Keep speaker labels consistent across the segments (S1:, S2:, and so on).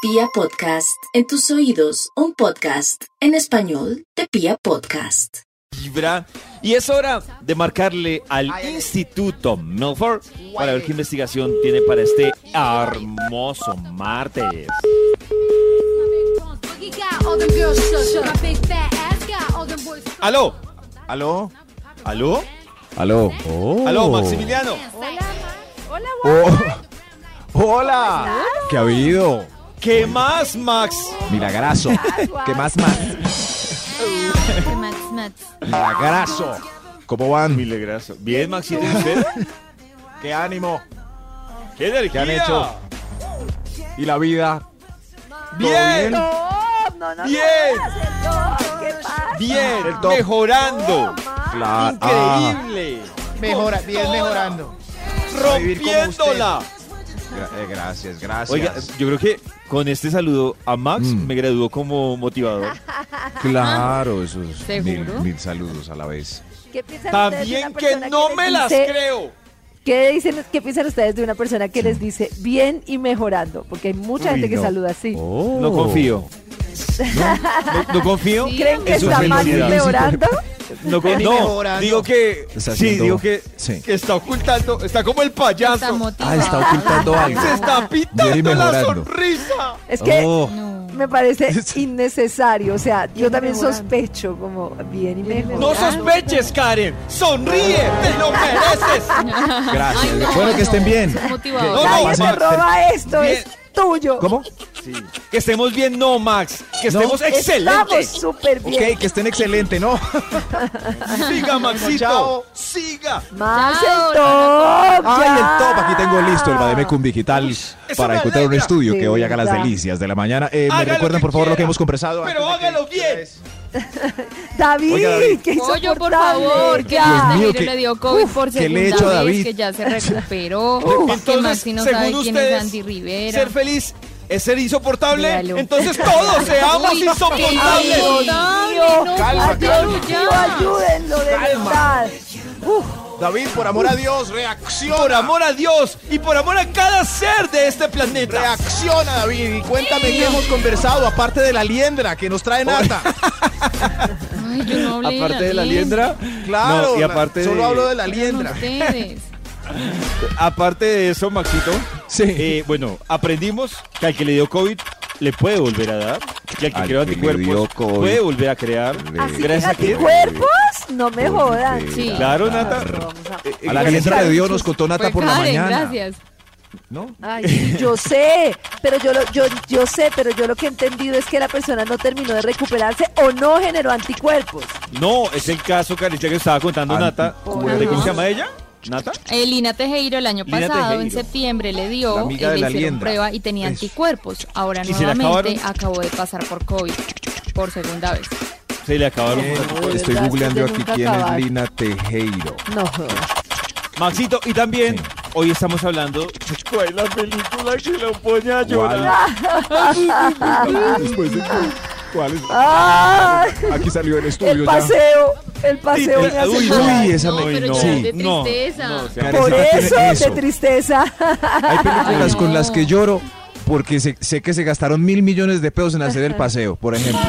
S1: Pia Podcast, en tus oídos, un podcast en español de Pia Podcast.
S2: Vibra. Y es hora de marcarle al
S3: Ay, ay.
S2: Instituto Milford para ver qué investigación tiene para este hermoso martes. Aló,
S3: ¿Aló?
S2: aló, Oh.
S4: Aló.
S2: aló, Maximiliano.
S4: Oh, Hola. ¿Qué ha habido?
S2: ¿Qué más, Max?
S4: Milagrazo. ¿Qué más más? Milagrazo. ¿Cómo van?
S2: Milagroso. Bien, Maxito, ¿y usted?
S4: ¿Qué ánimo?
S2: ¿Qué energía?
S4: ¿Qué han hecho? ¿Y la vida?
S2: Bien,
S4: ¿Todo
S2: bien, bien,
S4: El top.
S2: mejorando.
S4: Cla- ah,
S2: Increíble.
S3: Mejora, bien
S2: Con toda.
S3: mejorando.
S4: Vivir como usted.
S2: Rompiéndola.
S4: gra- eh, gracias, gracias.
S2: Oiga, yo creo que con este saludo a Max
S4: Mm.
S2: me graduó como motivador.
S4: claro, esos mil,
S5: ¿Seguro?
S4: mil saludos a la vez.
S6: ¿Qué piensan ustedes de
S2: También
S6: una
S2: que
S6: persona
S2: no
S6: les
S2: me las
S6: dice-
S2: creo.
S6: ¿qué, dicen, ¿Qué piensan ustedes de una persona que les dice bien y mejorando? Porque hay mucha
S4: Uy,
S6: gente que
S4: no.
S6: saluda así.
S4: Oh.
S2: No confío. No, no confío.
S6: ¿Creen que
S2: eso
S6: está
S2: es
S6: mal y
S2: felicidad.
S6: mejorando?
S2: No, con-
S3: Ni
S2: no,
S3: mejorando.
S2: digo que
S4: Está
S2: sí,
S4: haciendo-
S2: digo que,
S4: sí.
S2: que está ocultando, está como el
S5: Está
S2: payaso.
S5: motivado.
S4: Ah, está ocultando algo.
S5: Ah.
S2: Se está
S4: Viene
S2: pintando la
S4: mejorando.
S2: sonrisa.
S6: Es que
S4: Oh,
S5: No.
S6: me parece innecesario. O sea, yo también sospecho como bien y
S2: No
S6: mejorando.
S2: sospeches, Karen. Sonríe, te lo mereces.
S4: gracias.
S5: Ay, no,
S4: Recuerda que estén
S5: no.
S4: bien.
S5: Motivado.
S2: No,
S6: Nadie
S2: no,
S6: se
S2: Max,
S6: roba esto, es
S2: bien.
S6: tuyo.
S4: ¿Cómo?
S2: Que estemos bien, no, Max. Que
S4: No.
S2: estemos
S6: Estamos
S2: excelentes.
S6: súper bien.
S4: Ok, que estén excelente, ¿no?
S2: Siga, Maxito.
S3: Chao.
S2: Siga.
S6: Más el
S5: Chao,
S6: top.
S4: ¡Ay, el
S6: ya.
S4: top! Aquí tengo listo el Bademecum Digital
S2: eso
S4: para
S2: me
S4: encontrar un
S2: alegra.
S4: estudio que
S6: Sí,
S4: hoy haga las
S6: ya.
S4: delicias de la mañana. Eh, ¿Me
S2: Haga lo
S4: recuerdan,
S2: que
S4: por favor, lo
S2: quiera,
S4: que hemos conversado?
S2: Pero
S4: antes de
S2: hágalo
S4: que-
S2: bien.
S6: David,
S4: Oiga, David.
S6: qué
S5: Pollo, por
S6: insoportable.
S5: favor, que
S4: Dios
S5: ya
S4: mío,
S5: David
S4: que-
S5: le dio COVID por
S4: que
S5: segunda
S4: le he hecho a
S5: vez,
S4: David.
S5: que ya se recuperó, que
S2: Entonces,
S5: Maxi no
S2: según
S5: sabe quién
S2: ustedes,
S5: es Andy Rivera.
S2: Ser feliz es ser insoportable.
S5: Míralo.
S2: Entonces todos seamos
S5: Uy, qué
S2: insoportables.
S5: insoportable,
S6: Dios mío,
S5: no,
S4: Calma,
S5: Mateo,
S6: Dios mío,
S5: ya.
S6: ayúdenlo, de verdad. Uf,
S4: David, por amor a Dios, reacciona.
S2: Por amor a Dios y por amor a cada ser de este planeta.
S4: Reacciona, David, y cuéntame qué hemos conversado, aparte de la liendra que nos trae Nata.
S5: Ay, yo no hablé liendra.
S4: Claro,
S2: No, y aparte
S4: la- solo
S2: de-
S4: hablo de la
S5: Hablaron
S4: liendra.
S5: ustedes.
S2: Aparte de eso, Maxito,
S4: Sí.
S2: eh, bueno, aprendimos que al que le dio COVID le puede volver a dar. Y al que
S4: Al
S2: creó
S4: que le dio
S2: anticuerpos
S4: COVID,
S2: puede volver a crear.
S4: le-
S6: así que
S2: Gracias a que-
S6: anticuerpos, no me jodan.
S5: Sí.
S2: Claro, Nata.
S6: Pero vamos a-
S2: Eh, eh,
S4: A la
S2: gracias
S4: liendra
S2: a-
S4: de Dios nos contó Nata
S5: Fue
S4: por la
S5: Karen,
S4: mañana.
S5: gracias.
S4: ¿No?
S6: Ay, sí, yo sé, pero yo, lo, yo, yo sé, pero yo lo que he entendido es que la persona no terminó de recuperarse o no generó anticuerpos.
S2: No, es el caso, Carita, que estaba contando Nata.
S6: Anticuerpos.
S2: ¿De ¿Cómo se llama ella? ¿Nata?
S5: Eh, Lina Tejeiro el año
S2: Lina
S5: pasado, en
S2: Tejero.
S5: septiembre, le dio,
S4: La amiga
S5: eh,
S4: de
S5: le
S4: la
S5: hicieron
S4: liendra.
S5: prueba y tenía
S4: Eso.
S5: anticuerpos. Ahora
S2: ¿Y se le
S5: nuevamente acabó de pasar por COVID por segunda vez.
S2: Se le acabaron los
S6: de
S4: Eh, Estoy
S6: verdad,
S4: googleando
S6: esto
S4: aquí
S6: nunca
S4: quién
S6: acaba.
S4: es Lina Tejeiro.
S6: No,
S2: Maxito, y también hoy estamos hablando ¿Cuál es la película que lo pone a llorar?
S4: Después de- ¿Cuál es?
S6: ¡Ah!
S4: Aquí salió el estudio
S6: el
S5: Ah.
S4: ya.
S6: paseo, el paseo me hace
S2: Uy,
S6: llorar.
S4: uy, esa
S5: no,
S4: me-
S5: pero
S4: no.
S5: llorar de
S2: No,
S5: tristeza.
S2: no, se
S4: Karen,
S6: Por
S4: ¿sabe qué
S6: eso,
S4: es
S6: de tristeza.
S4: Hay películas
S5: Ay,
S4: con
S5: no.
S4: las que lloro porque se- sé que se gastaron mil millones de pesos en hacer el paseo, por ejemplo.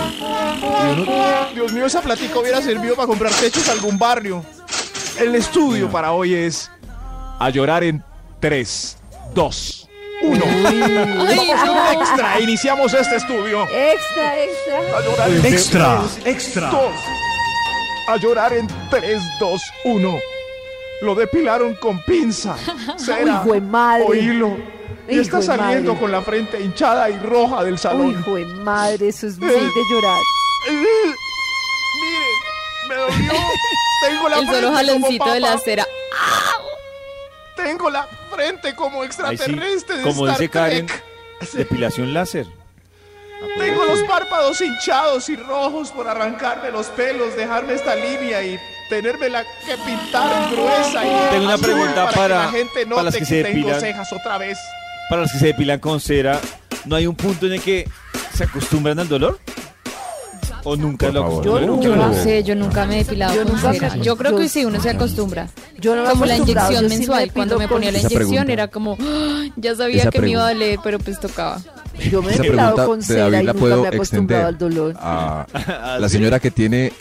S4: eh, Dios mío, esa platica hubiera servido para comprar techos a algún barrio. El estudio para hoy es a llorar en 3, 2, 1.
S5: Ay, no.
S4: Extra, iniciamos este estudio.
S6: Extra, extra.
S4: Extra, extra. A llorar en 3, 2, 1. Lo depilaron con pinza. Cera.
S6: Hijo de madre.
S4: o hilo. Y
S6: Hijo
S4: está
S6: de
S4: saliendo
S6: madre.
S4: con la frente hinchada y roja del
S6: Uy,
S4: salón.
S6: hijo de madre, eso es muy de llorar.
S4: Miren, me dolió. Tengo la
S5: El
S4: frente
S5: solo
S4: como
S5: jaloncito de la
S4: papá.
S5: cera.
S4: Tengo la frente como extraterrestre de
S2: como
S4: Star
S2: dice Karen,
S4: Trek.
S2: depilación láser.
S4: Tengo los párpados hinchados y rojos por arrancarme los pelos, dejarme esta línea y tenérmela que pintar gruesa. Y
S2: Tengo una
S4: azul
S2: pregunta para-
S4: que la gente
S2: para
S4: note
S2: las que
S4: que,
S2: se
S4: tengo
S2: depilan.
S4: cejas otra vez.
S2: Para los que se depilan con cera, ¿no hay un punto en el que se acostumbran al dolor? ¿O nunca
S4: Por
S2: lo
S4: favor.
S2: acostumbran?
S6: Yo
S5: Yo no sé, yo nunca me he depilado
S6: Yo
S5: con
S6: nunca
S5: cera.
S6: me-
S5: Yo creo
S6: yo-
S5: que sí, uno se acostumbra.
S6: Yo no me
S5: Como la
S6: acostumbraba,
S5: inyección
S6: yo sí me
S5: mensual, cuando
S6: depilo
S5: me ponía la
S6: con-
S4: Esa
S5: inyección
S4: pregunta.
S5: era como, ¡ah! ya sabía
S4: Esa
S5: que me iba a
S4: pregunta.
S5: doler, pero pues tocaba.
S6: Yo me he
S4: Esa
S6: depilado
S4: pregunta
S6: con
S4: de
S6: cera
S4: David
S6: y
S4: la
S6: nunca
S4: puedo
S6: me he acostumbrado
S4: extender
S6: al dolor.
S4: a
S2: Ah,
S4: la
S2: sí.
S4: señora que tiene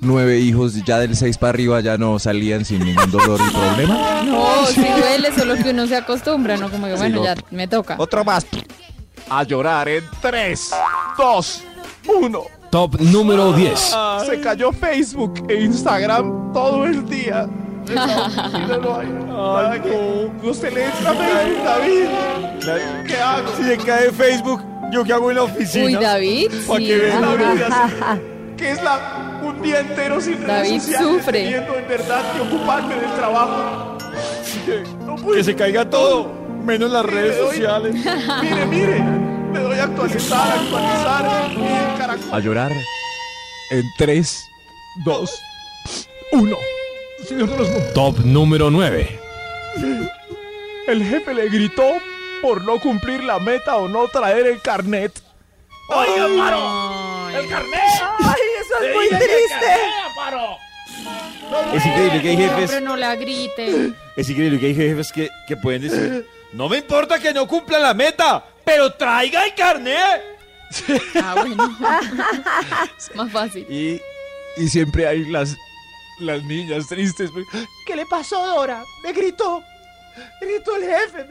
S4: nueve hijos, ya del seis para arriba ya no salían sin ningún dolor y problema.
S5: No, si duele, solo que uno se acostumbra, ¿no? Como que bueno,
S4: no.
S5: ya me toca.
S4: Otra más.
S3: A llorar en 3, 2, 1.
S7: Top número 10.
S3: Se cayó Facebook e Instagram todo el día. Míralo ahí. Ay, no. No se le entra a Facebook, David. ¿Qué hago?
S2: Si se cae Facebook, ¿yo qué hago en la oficina?
S5: Uy, David.
S2: Pa'
S5: sí.
S2: que vean.
S3: que es la un día entero sin
S5: David
S3: redes sociales,
S5: sufre.
S3: teniendo en verdad que ocuparme del trabajo. Que No pude.
S2: Que se caiga todo, menos las redes
S3: Ay.
S2: sociales.
S3: Mire, mire, le doy a actualizar, actualizar y el caracol.
S4: A llorar en tres, dos, uno. Señor de los mundos.
S7: Top número 9.
S3: El jefe le gritó por no cumplir la meta o no traer el carnet. ¡Oiga, paro! ¡El carnet!
S6: Ay, eso es muy triste.
S2: Es increíble que hay
S5: Hombre,
S2: jefes,
S5: no la grite.
S2: es increíble que hay jefes que, que pueden decir, no me importa que no cumpla la meta, pero traiga el carnet.
S5: Ah, bueno. Es más fácil.
S4: Y, y siempre hay las, las niñas tristes.
S3: pues. ¿Qué le pasó, Dora? Me gritó. Me gritó el jefe.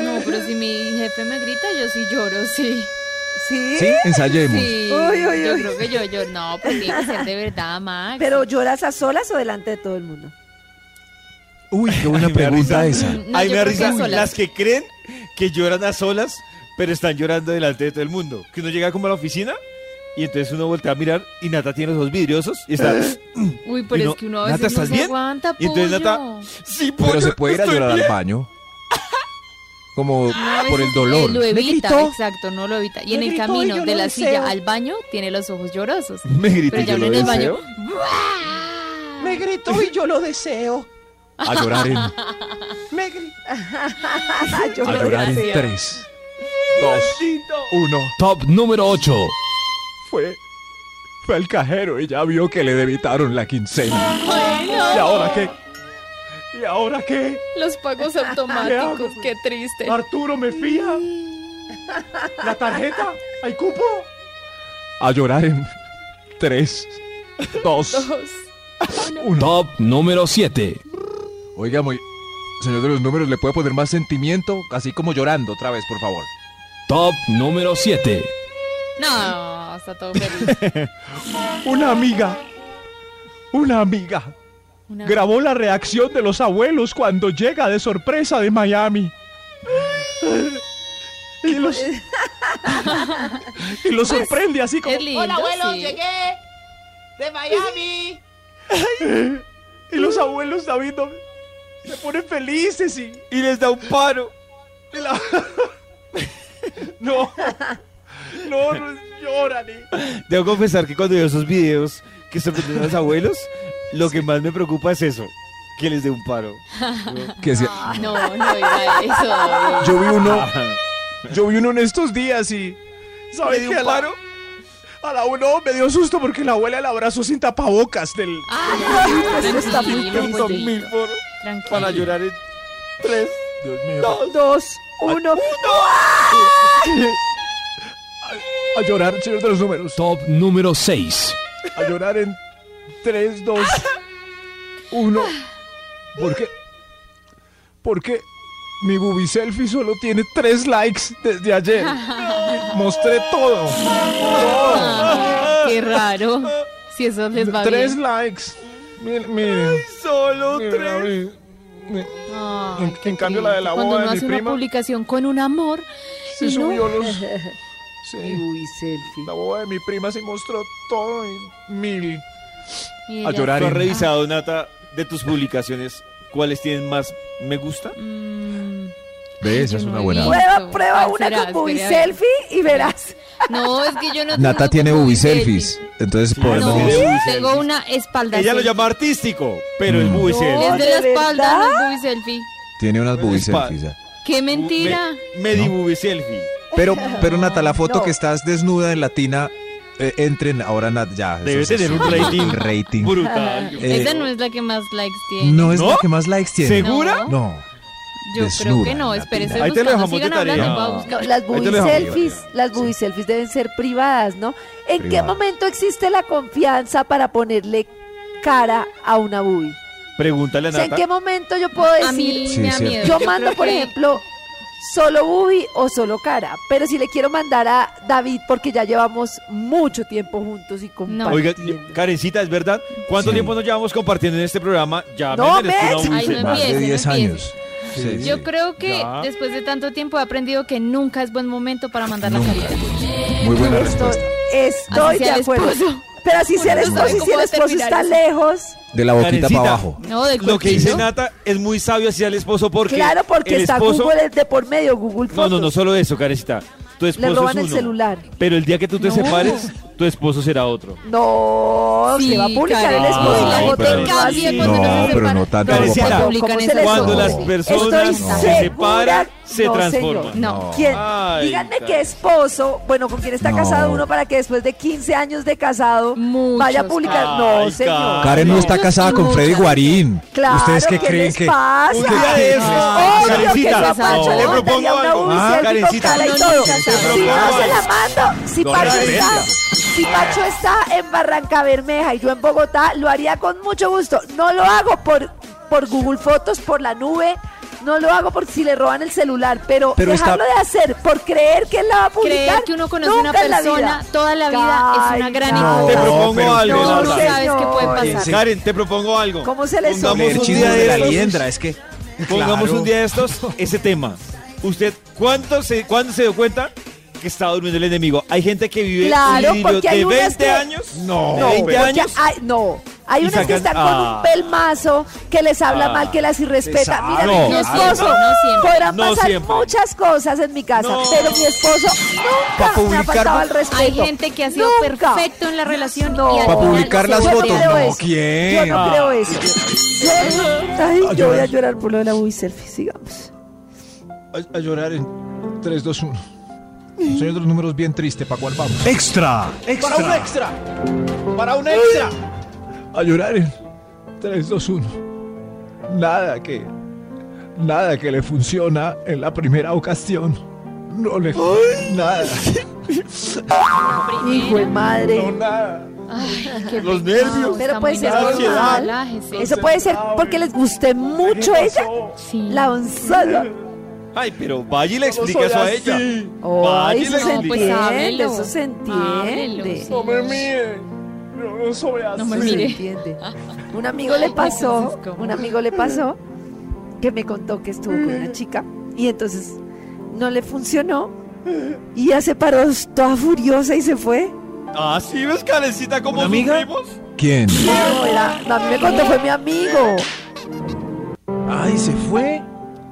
S5: No, pero si mi jefe me grita, yo sí lloro, sí.
S6: Sí,
S4: Sí, ensayemos.
S5: Sí.
S6: Uy, uy,
S5: yo
S6: uy.
S5: creo que yo, yo no, pues tiene que ser de verdad, Max.
S6: pero lloras a solas o delante de todo el mundo.
S4: Uy, qué buena
S2: Ay, me da
S4: pregunta esa.
S5: No,
S2: Ahí
S5: yo
S2: me da
S5: creo que
S2: risa
S5: a solas.
S2: las que creen que lloran a solas, pero están llorando delante de todo el mundo. Que uno llega como a la oficina y entonces uno voltea a mirar y Nata tiene los ojos vidriosos y está...
S5: Uy, pero
S2: Y no-
S5: es que uno a
S2: Nata,
S5: veces no
S2: ¿estás
S5: se
S2: bien?
S5: aguanta,
S2: Y entonces
S5: pollo.
S2: Nata- Sí,
S4: Pero
S2: pollo,
S4: se puede ir a
S2: estoy
S4: llorar
S2: bien".
S4: al baño. Como
S5: Uno a
S4: por el
S5: veces,
S4: dolor.
S5: eh, Lo evita,
S6: gritó.
S5: exacto, no lo evita. Y
S6: Me
S5: en el
S6: gritó y
S5: camino
S6: yo
S5: de
S6: lo
S5: la
S6: deseo.
S5: silla al baño tiene los ojos llorosos.
S2: Me grité,
S5: Pero ya
S2: yo
S5: hablé
S2: lo
S5: en el
S2: deseo.
S5: baño.
S3: Me gritó y yo lo deseo.
S4: A llorar en,
S3: Me gritó.
S6: Yo
S4: a
S6: lo
S4: llorar en
S6: deseo.
S4: tres, dos, uno.
S7: Top número 8.
S4: Fue, fue al cajero y ya vio que le debitaron la quincena. ¿Y ahora qué?
S3: ¿Y ahora qué?
S5: Los pagos automáticos, qué triste.
S3: ¿Arturo me fía? ¿La tarjeta? ¿Hay cupo?
S4: A llorar en tres, dos,
S5: Dos.
S7: Top número 7.
S4: Oiga, muy... Señor de los números, ¿le puede poner más sentimiento? Así como llorando otra vez, por favor.
S7: Top número 7.
S5: No, está todo feliz.
S3: Una amiga. Una amiga.
S5: Una-
S3: Grabó la reacción de los abuelos cuando llega de sorpresa de Miami. Y los, y los sorprende así como...
S5: Es lindo, sí.
S8: de Miami.
S3: Y los abuelos, David, no- se ponen felices y...
S2: Y les da un paro.
S3: y la- no, no, no lloran. y-
S2: Debo confesar que cuando veo esos videos que sorprenden a los abuelos, lo que más me preocupa es eso, que les dé un paro.
S4: Que sea-
S5: Ah, No, no diga eso.
S4: Yo vi uno,
S2: Ajá.
S4: yo vi uno en estos días y...
S3: ¿Sabe
S2: dio
S3: qué?
S2: un
S3: A la-
S2: paro?
S3: A la no, me dio susto porque la abuela la abrazó sin tapabocas del.
S5: Ay,
S6: Eso está muy
S5: tranquilo,
S6: triste.
S5: pollito,
S2: mil por-
S5: tranquilo.
S2: para llorar en tres. Dios mío.
S6: Dos, uno.
S4: A llorar, señor de los números.
S7: Top número 6.
S4: A llorar en 3, 2, 1. ¿Por qué? Porque mi boobie selfie solo tiene 3 likes desde ayer. Mostré todo.
S5: Ah, qué raro. Si eso les va
S4: 3
S5: bien.
S4: likes. Miren, miren.
S2: Solo
S4: miren,
S2: tres.
S4: abrí.
S5: Ay,
S4: En-
S5: qué
S4: en cambio, la de la
S5: triste. Cuando
S4: boda de
S5: uno
S4: mi
S5: hace una
S4: prima-
S5: publicación con un amor
S4: Se
S5: y no-
S4: subió los... Sí.
S6: Uy, selfie.
S4: La boda de mi prima se mostró todo y mil.
S5: y
S4: A
S5: ella-
S4: llorar.
S2: ¿Tú has
S4: Arena.
S2: revisado, Nata, de tus publicaciones, cuáles tienen más me gusta?
S5: Mm,
S4: Ve,
S5: esa es una buena.
S6: Prueba,
S5: Eso,
S6: prueba
S5: ¿cuál
S6: una
S5: será?
S6: con boobie
S5: Espere, a ver.
S6: selfie y verás.
S5: no, es que yo no
S4: Nata
S5: tengo
S4: tiene
S5: como
S4: boobie
S5: un selfie.
S4: selfies. Entonces, por
S2: Claro.
S4: eso
S5: No,
S2: tiene boobie
S5: tengo
S2: selfies.
S5: una espalda
S2: Ella lo
S5: selfie.
S2: llama artístico, pero es
S4: Mm.
S2: muy
S6: No,
S2: serio.
S5: Es de la
S6: ¿De
S5: espalda, no
S6: verdad?
S5: es boobie selfie.
S4: tiene unas boobie
S2: Es pa-
S4: selfies. ya.
S5: ¡Qué mentira!
S2: Me, Medi boobie selfie.
S4: Pero, pero Nata, la foto
S6: No.
S4: que estás desnuda en la tina, eh, entren ahora, Nat, ya. eso
S2: Debe
S4: es-
S2: tener un rating
S4: rating.
S2: brutal.
S4: Eh,
S5: Esa no es la que más likes tiene.
S4: No es
S2: ¿No?
S4: la que más likes tiene.
S2: ¿Segura?
S5: No.
S4: No.
S5: Yo creo
S4: Desnuda
S5: que
S4: en
S5: no,
S4: la
S5: espérese
S2: Ahí te lo
S5: buscando,
S2: dejamos de
S5: sigan
S2: tarea.
S5: hablando,
S4: No.
S5: voy a
S6: No,
S5: buscar.
S6: las
S4: te
S6: booby
S4: lo dejo,
S6: selfies,
S4: amigo.
S6: las booby selfies deben ser privadas, ¿no? ¿En qué
S4: Privadas.
S6: momento existe la confianza para ponerle cara a una booby?
S2: Pregúntale a
S6: O sea, ¿en
S2: Nata.
S6: qué momento yo puedo
S5: A mí
S6: decir,
S4: Sí,
S5: me da
S4: cierto.
S5: miedo.
S6: yo
S5: creo
S6: mando, por
S5: que-
S6: ejemplo, solo booby o solo cara? Pero si le quiero mandar a David porque ya llevamos mucho tiempo juntos y compartiendo.
S2: Oiga, Karencita, es verdad. ¿Cuánto
S4: Sí.
S2: tiempo nos llevamos compartiendo en este programa? Ya
S6: No,
S2: me merezco una
S6: ¿ves?
S2: Wilson.
S5: Ay, no
S4: Más de
S5: empiece, no
S4: 10
S5: empiece.
S4: años. Sí,
S5: Yo
S4: sí.
S5: creo que
S2: Ya.
S5: después de tanto tiempo he aprendido que nunca es buen momento para mandar la carta.
S4: Muy buena
S6: Estoy,
S4: respuesta.
S6: estoy
S5: Así
S6: de
S5: sea el
S6: acuerdo.
S5: esposo.
S6: Pero así si el
S5: Uno no
S6: esposo
S5: sabe
S6: y si
S5: cómo
S6: el
S5: va a
S6: esposo
S5: terminar
S6: está
S5: eso.
S6: lejos,
S4: De la boquita
S2: Karencita,
S4: para abajo.
S5: No, de
S2: Lo que dice
S5: cuchillo.
S2: Nata es muy sabio hacia el esposo porque
S6: claro, porque
S2: el
S6: está
S2: esposo...
S6: Google de por medio, Google
S2: No,
S6: Fotos.
S2: no, no solo eso, Karencita. Tu esposo
S6: Le roban
S2: es
S6: el
S2: uno,
S6: celular.
S2: Pero el día que tú te separes, tu esposo será otro.
S6: No,
S5: Sí,
S6: se va a publicar el
S5: Karen.
S6: esposo y la
S2: Ay,
S6: foto
S2: pero
S6: en
S2: no
S6: casa.
S2: así.
S5: cambie
S2: No,
S5: cuando no se
S4: pero
S5: separan.
S4: no tanto
S5: No,
S2: como
S5: se
S2: para-
S5: publican
S6: ¿Cómo se
S5: esas
S6: les
S2: Cuando
S5: cosas.
S2: las
S6: ocurre?
S2: personas
S6: Estoy
S2: se
S6: segura-
S2: separan, se
S6: No,
S2: transforman.
S5: No.
S6: ¿Quién?
S2: Ay,
S6: Díganme
S2: Karen.
S6: que esposo, bueno, con quién está
S4: No.
S6: casado uno para que después de 15 años de casado
S5: Muchos
S6: vaya a publicar.
S2: casos.
S6: No,
S2: Ay,
S6: señor.
S4: Karen no está
S5: no.
S4: casada con Freddy Guarín.
S6: Claro,
S4: ¿Ustedes qué
S6: ¿qué
S4: creen
S6: les
S4: que.?
S6: pasa?
S2: Un día de esos.
S6: Obvio
S2: Ah, Karencita,
S6: que su Pacho
S5: no.
S6: le
S5: Le
S2: propongo
S6: mandaría una
S2: algo.
S6: UCI
S2: Ah,
S6: así con
S2: Karencita.
S6: cara y
S5: No, no,
S6: todo.
S5: no, no, no,
S6: Si
S2: no,
S6: no,
S2: no,
S6: se la
S2: no.
S6: mando. Si
S2: No,
S6: Pacho
S2: Karencita.
S6: está... Si Pacho está en Barranca Bermeja y yo en Bogotá, lo haría con mucho gusto. No lo hago por, por Google Fotos, por la nube. No lo hago por si le roban el celular, pero,
S4: Pero está-
S6: dejarlo de hacer por creer que él la va a publicar.
S5: Creer que uno conoce a una
S6: nunca en la
S5: persona
S6: vida.
S5: toda la vida es una gran
S6: Karencita.
S4: No,
S2: Te
S5: injusticia.
S2: propongo
S4: pero
S2: algo,
S4: ustedes
S5: No,
S2: Nata.
S5: no
S6: señor.
S5: sabes qué puede
S4: Oye,
S5: pasar.
S4: sí.
S2: Karen, te propongo algo.
S6: ¿Cómo se les
S2: Pongamos
S4: Leer
S2: un
S6: ocurre?
S2: día
S4: chismes de
S2: de
S4: la
S2: estos.
S4: liendra, es que.
S2: Pongamos
S4: Claro.
S2: un día de estos ese tema. ¿Usted cuánto se, cuándo se dio cuenta que estaba durmiendo el enemigo? Hay gente que vive
S6: Claro,
S2: un idilio
S6: porque hay
S2: de
S6: unas
S2: 20
S6: que-
S2: años.
S4: No.
S2: de 20
S6: porque
S2: años.
S6: Hay, no, hay
S2: Y
S6: unas que
S2: sacan-
S6: están con
S2: ah.
S6: un pelmazo que les habla
S2: Ah.
S6: mal, que las irrespeta.
S4: Pesado.
S6: Mira, mi
S5: No
S6: esposo.
S5: siempre, no siempre.
S6: Podrán
S2: No
S6: pasar
S2: siempre.
S6: muchas cosas en mi casa,
S2: No.
S6: pero mi esposo
S4: Pa'
S6: nunca me ha
S4: publicarlo.
S6: faltado al respeto.
S5: Hay gente que ha sido
S6: Nunca.
S5: perfecto en la relación
S6: No.
S5: y al
S6: Pa'
S4: Para
S5: final
S4: publicar
S5: se
S4: las
S5: vuelve
S6: no
S4: fotos.
S5: a-
S6: creo
S4: No,
S6: eso. Yo
S4: ¿quién?
S6: no
S2: Ah.
S6: creo eso. Yo, ay, yo voy a llorar por lo de la Wii Selfie, sigamos.
S4: A, llorar en 3, 2, 1. Soy otros números bien triste, ¿para cuál vamos?
S7: Extra.
S3: Para un extra. Para un extra.
S4: A llorar en 3, 2, 1. Nada que. Nada que le funciona en la primera ocasión. No le. Nada.
S6: Hijo de madre.
S4: No, nada.
S5: Ay, qué
S2: Los
S5: pecado,
S2: nervios.
S5: está
S6: Pero puede
S5: muy
S6: ser
S5: nervioso,
S6: normal.
S5: relájese.
S6: Eso puede ser porque les guste mucho ella.
S5: Sí.
S6: La Gonzalo.
S2: Ay, pero vaya y le explica
S3: soy
S2: eso a
S3: así.
S2: ella.
S6: Oh,
S2: Vaya y
S6: eso
S2: le
S5: no,
S6: se
S5: pues,
S2: explica.
S6: entiende,
S5: háblelo.
S6: eso se
S5: Háblelo,
S6: entiende.
S5: sí.
S3: No me mire. Yo no soy así.
S5: No me
S6: Pues,
S5: mire.
S6: entiende. Un amigo le pasó,
S5: Francisco.
S6: un amigo le pasó que me contó que estuvo con una chica y entonces no le funcionó y ella se paró toda furiosa y se fue.
S2: Ah, sí, ves, Karencita, cómo
S4: ¿Una amiga?
S2: sufrimos?
S4: ¿Quién?
S6: No, era- no, a mí me contó fue mi amigo.
S4: Ay, se fue.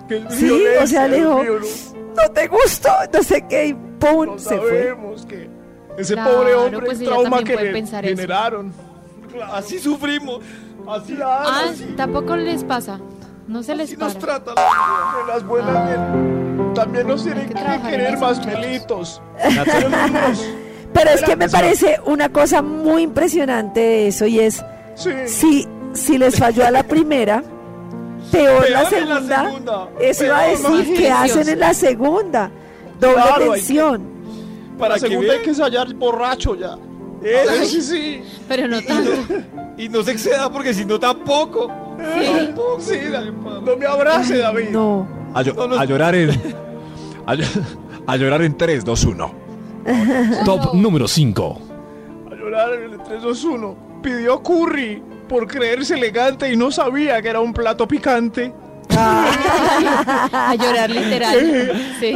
S3: Que es
S6: Sí,
S3: violencia,
S6: o sea, le
S3: Dios
S6: dijo,
S3: mío,
S6: no te gustó, no sé qué, y pum,
S3: no
S6: se fue.
S3: sabemos que ese
S5: Claro,
S3: pobre hombre
S5: pues
S3: el
S5: ella
S3: trauma
S5: también
S3: que
S5: puede
S3: le
S5: pensar eso.
S3: generaron.
S2: Así sufrimos.
S3: Así,
S5: Ah,
S3: así
S5: tampoco les pasa. No se les
S3: así Pues nos
S5: para.
S3: trata la en las buenas. en- También nos tienen
S5: que
S3: que,
S5: trabajar en
S3: querer
S5: eso,
S3: más
S5: muchachos.
S3: pelitos.
S6: Pero es que me parece una cosa muy impresionante de eso y es
S3: Sí.
S6: si, si les falló a la primera, peor, la,
S3: Peor en la
S6: segunda,
S3: segunda.
S6: Eso iba a
S3: Peor, más
S6: decir que
S5: tensión.
S6: hacen en la segunda. Doble
S3: Claro, hay que-
S6: tensión.
S3: Para
S2: Para
S3: la
S2: que
S3: segunda hay
S2: vean.
S3: que ensayar borracho ya.
S2: Eso.
S3: sí, sí.
S5: Pero no tanto.
S2: Y no se exceda porque si no tampoco.
S3: Tampoco, sí, da- no me abrace, David.
S6: No.
S4: A, llo- a llorar en. A, llo- a llorar en 3, 2, 1.
S7: Top número 5.
S3: A llorar en el 3-2-1. Pidió curry por creerse elegante y no sabía que era un plato picante.
S5: A llorar literal. Sí.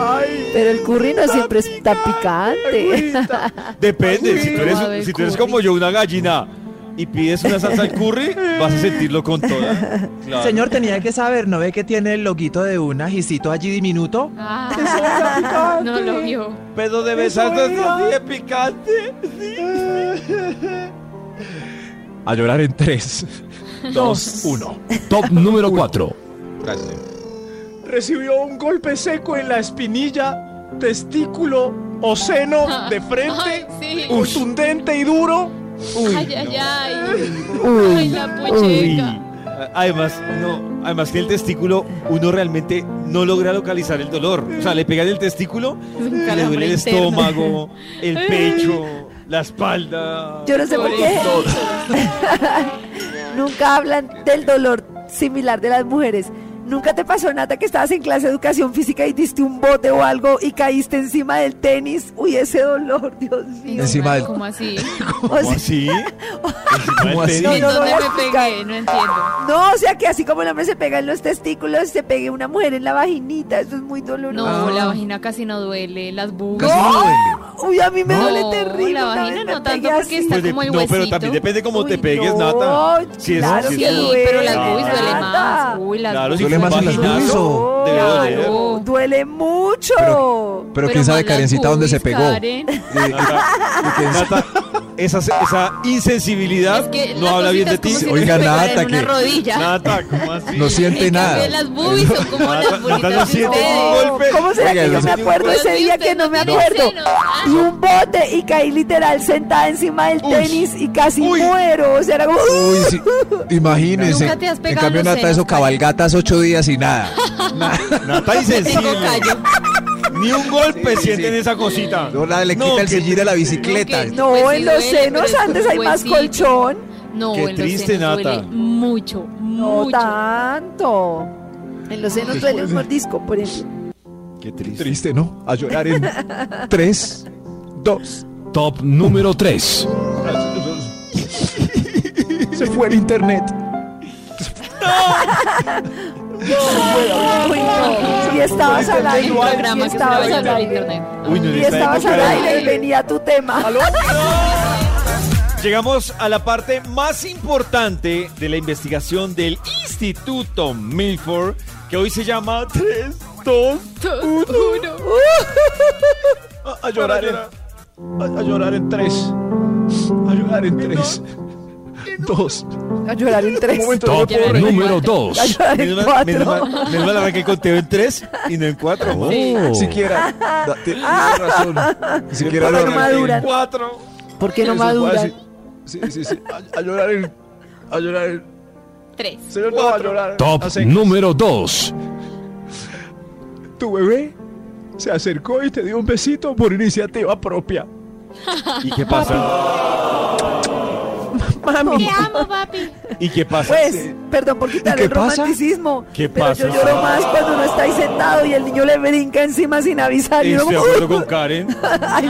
S3: Ay,
S6: Pero el curry no siempre está picante.
S3: agüita.
S2: Depende, si tú eres,
S5: Suave,
S2: si tú eres
S5: curry.
S2: como yo una gallina y pides una salsa al curry, vas a sentirlo con toda.
S4: Ah.
S2: Claro.
S9: Señor, tenía que saber, ¿no ve que tiene el loguito de un ajicito allí diminuto?
S5: Ah, no lo vio.
S2: Pero de besarnos así de picante.
S4: A llorar en 3, 2, 1.
S7: Top número 4.
S3: Recibió un golpe seco en la espinilla, testículo o seno de frente,
S5: Ay, sí.
S3: contundente y duro.
S5: Ay, ay, ay. Ay, la pocheca.
S2: A- Además, no, además que el testículo uno realmente no logra localizar el dolor. O sea, le pegan el testículo,
S5: un
S2: le
S5: calambre
S2: duele el
S5: interno.
S2: estómago, el pecho, la espalda.
S6: Yo no sé por qué. Nunca hablan del dolor similar de las mujeres. ¿Nunca te pasó, Nata, que estabas en clase de educación física y diste un bote o algo y caíste encima del tenis? Uy, ese dolor, Dios mío.
S4: Encima del-
S5: ¿Cómo así?
S6: O
S2: ¿Cómo
S6: sea,
S2: así? Pues, ¿Encima del
S4: ¿Cómo así?
S2: tenis?
S5: ¿En
S6: no
S5: dónde
S6: voy a
S5: me
S6: buscar.
S5: pegué? No entiendo.
S6: no, o sea que así como el hombre se pega en los testículos, se pegue una mujer en la vaginita. Eso es muy doloroso.
S5: No, la vagina casi no duele, las
S4: Casi
S5: bugas.
S4: no me duele.
S6: Uy, a mí me
S5: No,
S6: duele terrible.
S5: la
S6: una
S5: vagina
S6: vez me
S5: no tanto
S6: pegué
S5: porque está-
S2: Pues de-
S5: como
S2: no,
S5: el
S2: pero
S5: huesito.
S2: también depende cómo
S6: Uy,
S2: te pegues,
S6: no,
S2: Nata. Si
S6: claro
S2: si Ah.
S6: que
S5: Sí,
S6: duele,
S5: pero las boobies
S2: Claro.
S5: duele más. Uy, las
S2: Claro, si
S5: boobies
S4: Duele más en las
S5: duelen
S4: boobies o-
S2: Debe doler.
S6: claro, duele mucho.
S4: Pero quién sabe,
S5: más las
S4: Karencita, dónde se
S5: boobies,
S4: pegó. Eh,
S5: Karen.
S2: Nata, esa, esa insensibilidad
S5: Es que
S2: no
S5: las
S2: habla bien de
S5: cositas
S2: ti.
S5: como si
S4: Oiga,
S5: nos pegaran
S4: Nata,
S5: en una
S4: que-
S5: rodilla.
S2: Nata, ¿cómo así?
S4: No
S5: En
S4: siente
S5: cambio,
S4: nada.
S5: las boobies son como las
S2: Nata, Nata no
S5: bolitas de
S2: siente
S5: ustedes. Pues
S2: un golpe.
S6: ¿Cómo será
S4: Oiga,
S6: que yo
S4: los-
S6: me acuerdo
S5: Dios
S6: ese
S5: mío,
S6: día
S5: ustedes
S6: que no me
S5: tienen
S6: acuerdo?
S5: seno. Ah,
S6: Y un bote y caí literal sentada encima del
S2: Uy.
S6: tenis y casi
S2: Uy.
S6: muero. O sea, era como,
S4: Uy,
S6: "Uy".
S4: sí. Imagínense.
S5: Nunca te has
S4: en
S5: pegado
S4: cambio,
S5: los
S4: Nata,
S5: senos,
S4: eso
S5: Karen.
S4: cabalgatas ocho días y nada.
S2: Nata
S5: Tengo
S2: insensible.
S5: callo.
S2: Ni un golpe
S4: Sí, sí,
S2: sienten
S4: sí.
S2: esa cosita.
S4: No, la- le quita
S2: No,
S4: el
S2: qué
S4: sillín a la
S2: triste.
S4: bicicleta.
S5: No, que-
S6: No,
S5: Pues sí
S6: en
S5: duele,
S6: los senos
S5: pero es
S6: antes hay más
S5: huesito.
S6: colchón.
S5: No,
S2: Qué
S5: en los
S2: triste,
S5: senos duele
S2: Nata.
S5: mucho,
S6: No
S5: mucho.
S6: tanto. En los senos
S2: pues
S6: duele un mordisco, por ejemplo.
S2: Qué triste.
S4: Triste, ¿no? A llorar en tres, dos.
S7: Top número 3.
S4: Se fue el internet.
S6: Uy, no. Y estabas al aire.
S5: El
S6: Y
S5: programa que se va
S6: estabas
S5: a
S6: al
S5: hablar en
S6: aire.
S5: internet.
S2: Uy, no, en
S6: Y
S2: esta
S6: estabas
S2: época
S6: al
S2: era-
S6: aire y venía tu tema.
S2: Llegamos a la parte más importante de la investigación del Instituto Milford, que hoy se llama 3, 2,
S5: Uno.
S2: a, a llorar. en-
S4: A llorar en tres. A llorar en tres. Dos.
S6: A llorar en tres.
S7: Top
S5: Ya me
S7: número
S5: recuerdo.
S7: 2.
S6: A llorar en
S2: Menos mal, menos
S6: cuatro.
S2: mal, menos mal arranqué el conteo en 3 y no en 4.
S7: Oh.
S4: Siquiera. da- te- Tienes razón. Siquiera lo
S6: Pero maduran.
S2: 4.
S6: ¿Por qué no
S4: Eso,
S6: maduran?
S4: Sí, sí, sí. A, a llorar en. A llorar en.
S5: Tres.
S4: Señor, no, a llorar.
S7: Top
S4: A secas.
S7: número 2.
S4: Tu bebé se acercó y te dio un besito por iniciativa propia.
S2: ¿Y qué pasa?
S6: Mami.
S5: Te amo, papi.
S2: ¿Y qué pasa? Este,
S6: Pues, perdón por quitar
S4: ¿Y qué
S6: el
S4: pasa?
S6: romanticismo.
S2: ¿Qué
S6: pero
S2: pasa?
S6: yo lloro más cuando uno está ahí sentado y el niño le brinca encima sin avisar. Y uno
S2: Estoy de
S6: como,
S2: acuerdo con Karen.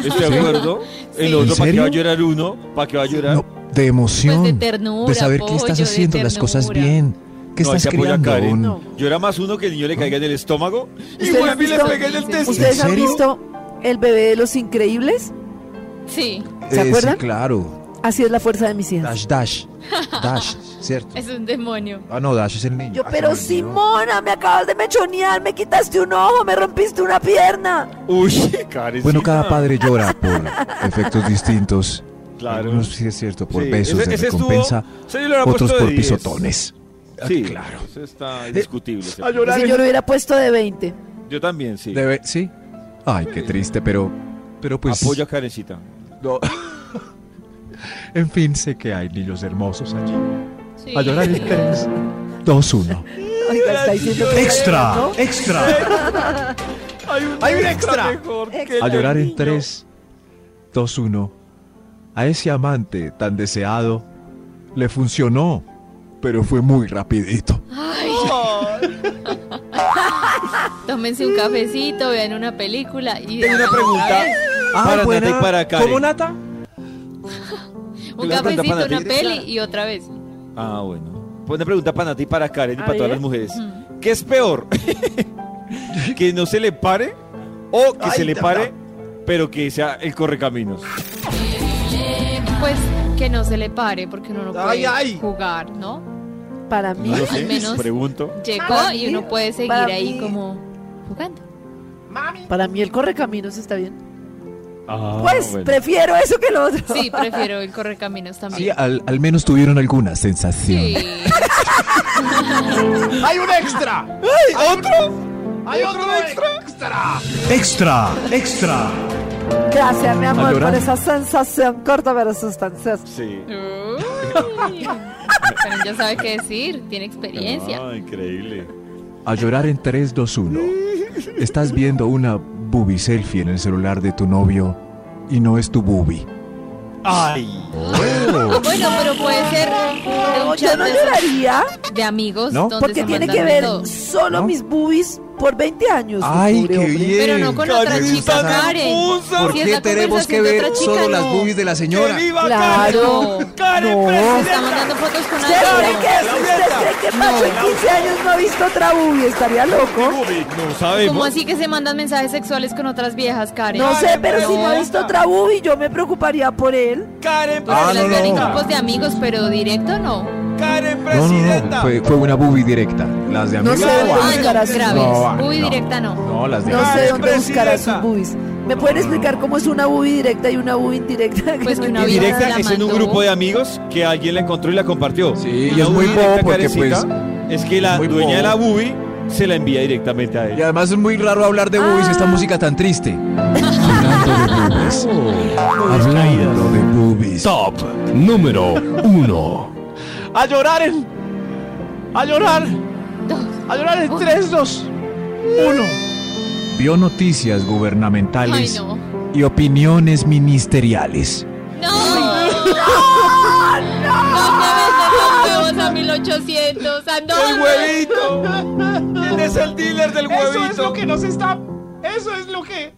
S2: Estoy de acuerdo. El otro, ¿para qué
S4: serio?
S2: va a llorar uno? ¿Para qué va a llorar?
S4: No, de emoción.
S5: Pues de ternura,
S4: de saber que
S5: pollo,
S4: estás
S5: de
S4: haciendo las cosas
S5: ternura.
S4: bien. Que
S2: No, ahí
S4: estás
S2: se apoya
S4: creando
S2: Karen.
S4: un-
S6: No.
S2: Llora más uno que el niño le caiga en el estómago. Y
S6: ¿Ustedes han
S2: vuelve y le
S6: visto?
S2: pega en el testículo.
S6: ¿Ustedes
S4: ¿En
S6: han
S4: serio?
S6: visto el bebé de los increíbles?
S5: Sí,
S6: ¿Se
S4: Eh, sí,
S6: acuerdan?
S4: claro.
S6: Así es la fuerza de mis
S4: Dash,
S6: hijas.
S4: dash. Dash, ¿cierto?
S5: es un demonio.
S4: Ah, no, Dash es el niño.
S6: Yo,
S4: Ah,
S6: pero
S4: qué bueno.
S6: Simona, me acabas de mechonear, me quitaste un ojo, me rompiste una pierna.
S2: Uy, Karen.
S4: Bueno, cada padre llora por efectos distintos.
S2: Claro.
S4: Algunos sí es cierto, por
S2: Sí,
S4: besos
S2: ese-
S4: de
S2: ese estuvo-
S4: recompensa,
S2: ese yo le hubiera
S4: otros
S2: puesto de
S4: por
S2: 10.
S4: pisotones. Ah,
S2: Sí,
S4: claro.
S2: Eso está indiscutible. ese punto.
S6: Si yo lo hubiera puesto de 20.
S2: Yo también, sí.
S4: Debe- sí. Ay, qué triste, pero, pero pues.
S2: Apoyo a Karencita.
S4: no. en fin, sé que hay niños hermosos allí.
S5: Sí.
S4: A llorar en tres, dos, uno.
S6: Oiga, está diciendo que- ¿no?
S7: extra.
S3: Hay un extra.
S4: A llorar en tres, dos, uno. A ese amante tan deseado le funcionó, pero fue muy rapidito.
S5: Ay. Tómense un cafecito, vean una película y
S2: Tengo una
S5: otra
S2: pregunta
S5: vez.
S4: Ah,
S2: para
S4: pues,
S2: Nata y para Karen.
S9: ¿Cómo Nata?
S5: Un
S2: Una pregunta
S5: cafecito,
S2: para
S5: una
S2: ti.
S5: peli y otra vez.
S2: Ah, bueno. Pues una pregunta para Nati, para Karen y
S6: A
S2: para todas
S6: ver.
S2: las mujeres.
S5: Mm.
S2: ¿Qué es peor? ¿Que no se le pare o Oh, que se le pare, pero que sea el correcaminos?
S5: Pues que no se le pare porque uno no puede
S3: Ay, ay.
S5: jugar, ¿no?
S6: Para mí,
S2: No lo sé,
S5: Al menos-
S2: pregunto.
S5: Llegó
S6: Para
S5: y
S6: mí-
S5: uno puede seguir
S6: para
S5: ahí
S6: mí-
S5: como jugando.
S8: Mami.
S6: para mí el correcaminos está bien.
S2: Ah,
S6: Pues,
S2: bueno.
S6: prefiero eso que lo otro.
S5: Sí, prefiero el correcaminos
S4: Sí,
S5: también.
S4: al, al menos tuvieron alguna sensación.
S5: Sí.
S3: Hay un extra.
S2: ¿Otro?
S3: Hay otro extra.
S7: Extra, extra.
S6: Gracias, mi amor,
S4: llorar.
S6: por esa sensación corta pero sustanciosa.
S2: Sí.
S5: Uy. Pero ya sabe qué decir, tiene experiencia.
S2: Ah, increíble.
S4: A llorar en 3, 2, 1. Estás viendo una booby selfie en el celular de tu novio y no es tu booby.
S2: Ay.
S5: Ah, Bueno, pero puede ser de un
S6: No,
S5: chat
S6: yo no
S5: de, esos
S6: lloraría
S5: de amigos.
S4: ¿No?
S5: donde
S6: porque
S5: se
S6: tiene que
S5: mandan
S6: ver
S5: todo.
S6: solo
S4: ¿No?
S6: mis boobies por 20 años.
S4: Ay,
S6: pobre
S4: qué
S6: hombre.
S4: bien.
S5: Pero no con otra
S4: Karen,
S5: chica,
S4: ¿estás-
S5: Karen.
S4: ¿Por
S5: Si es
S4: qué
S5: la
S4: tenemos que
S5: conversación de
S4: ver
S5: otra chica,
S4: solo las
S5: no.
S4: boobies de la señora?
S6: Claro.
S2: Karen,
S6: No.
S5: Se
S2: presidenta.
S5: está mandando fotos con
S6: ¿Usted cree
S5: alguien.
S6: que, usted cree que Pacho en 15 años no ha visto otra boobie? Estaría loco.
S2: No
S5: ¿Cómo
S2: sabemos.
S5: así que se mandan mensajes sexuales con otras viejas, Karen?
S6: No sé, pero si no ha
S5: no.
S6: visto otra boobie, yo me preocuparía por él.
S2: Karen,
S5: Pues
S4: Ah,
S5: se las
S4: no,
S5: ven en
S4: no.
S5: grupos de amigos, pero directo no.
S2: Karen,
S4: No, no, no. Fue, fue una booby directa. Las de
S6: No
S4: amigos.
S6: sé dónde
S4: no,
S5: Ah, no,
S6: buscar a sus-
S5: graves.
S4: No, no.
S5: Muy directa no.
S4: No, las de
S6: No sé
S2: Karen,
S6: dónde buscar a sus
S2: presidenta.
S6: boobies. ¿Me pueden explicar cómo es una boobie directa y una boobie indirecta?
S5: Pues que
S6: no
S5: una
S6: entiendo.
S5: vieja
S2: Directa
S5: la
S2: es en un
S5: mandó.
S2: grupo de amigos que alguien la encontró y la compartió.
S4: Sí, y
S2: La
S4: es muy
S2: bubi
S4: bobo
S2: directa,
S4: porque, pues,
S2: Karencita, es que la
S4: muy
S2: dueña de la
S4: bobo.
S2: bubi se la envía directamente a
S4: Y
S2: él.
S4: además es muy raro hablar de boobies esta música tan triste. Hablando de boobies. Hablando de boobies.
S7: Top número 1.
S3: A llorar en. A llorar. A llorar en 3, 2, 1.
S4: Vio noticias
S5: Ay,
S4: gubernamentales
S5: no.
S4: y opiniones ministeriales.
S5: ¡No! ¡No! ¡No! ¡No! ¡No! a 1800!
S2: ¡El
S5: ¡Andón!
S2: huevito! ¿Quién es el dealer del
S3: Eso es lo
S2: huevito?
S3: que nos está. Eso es lo que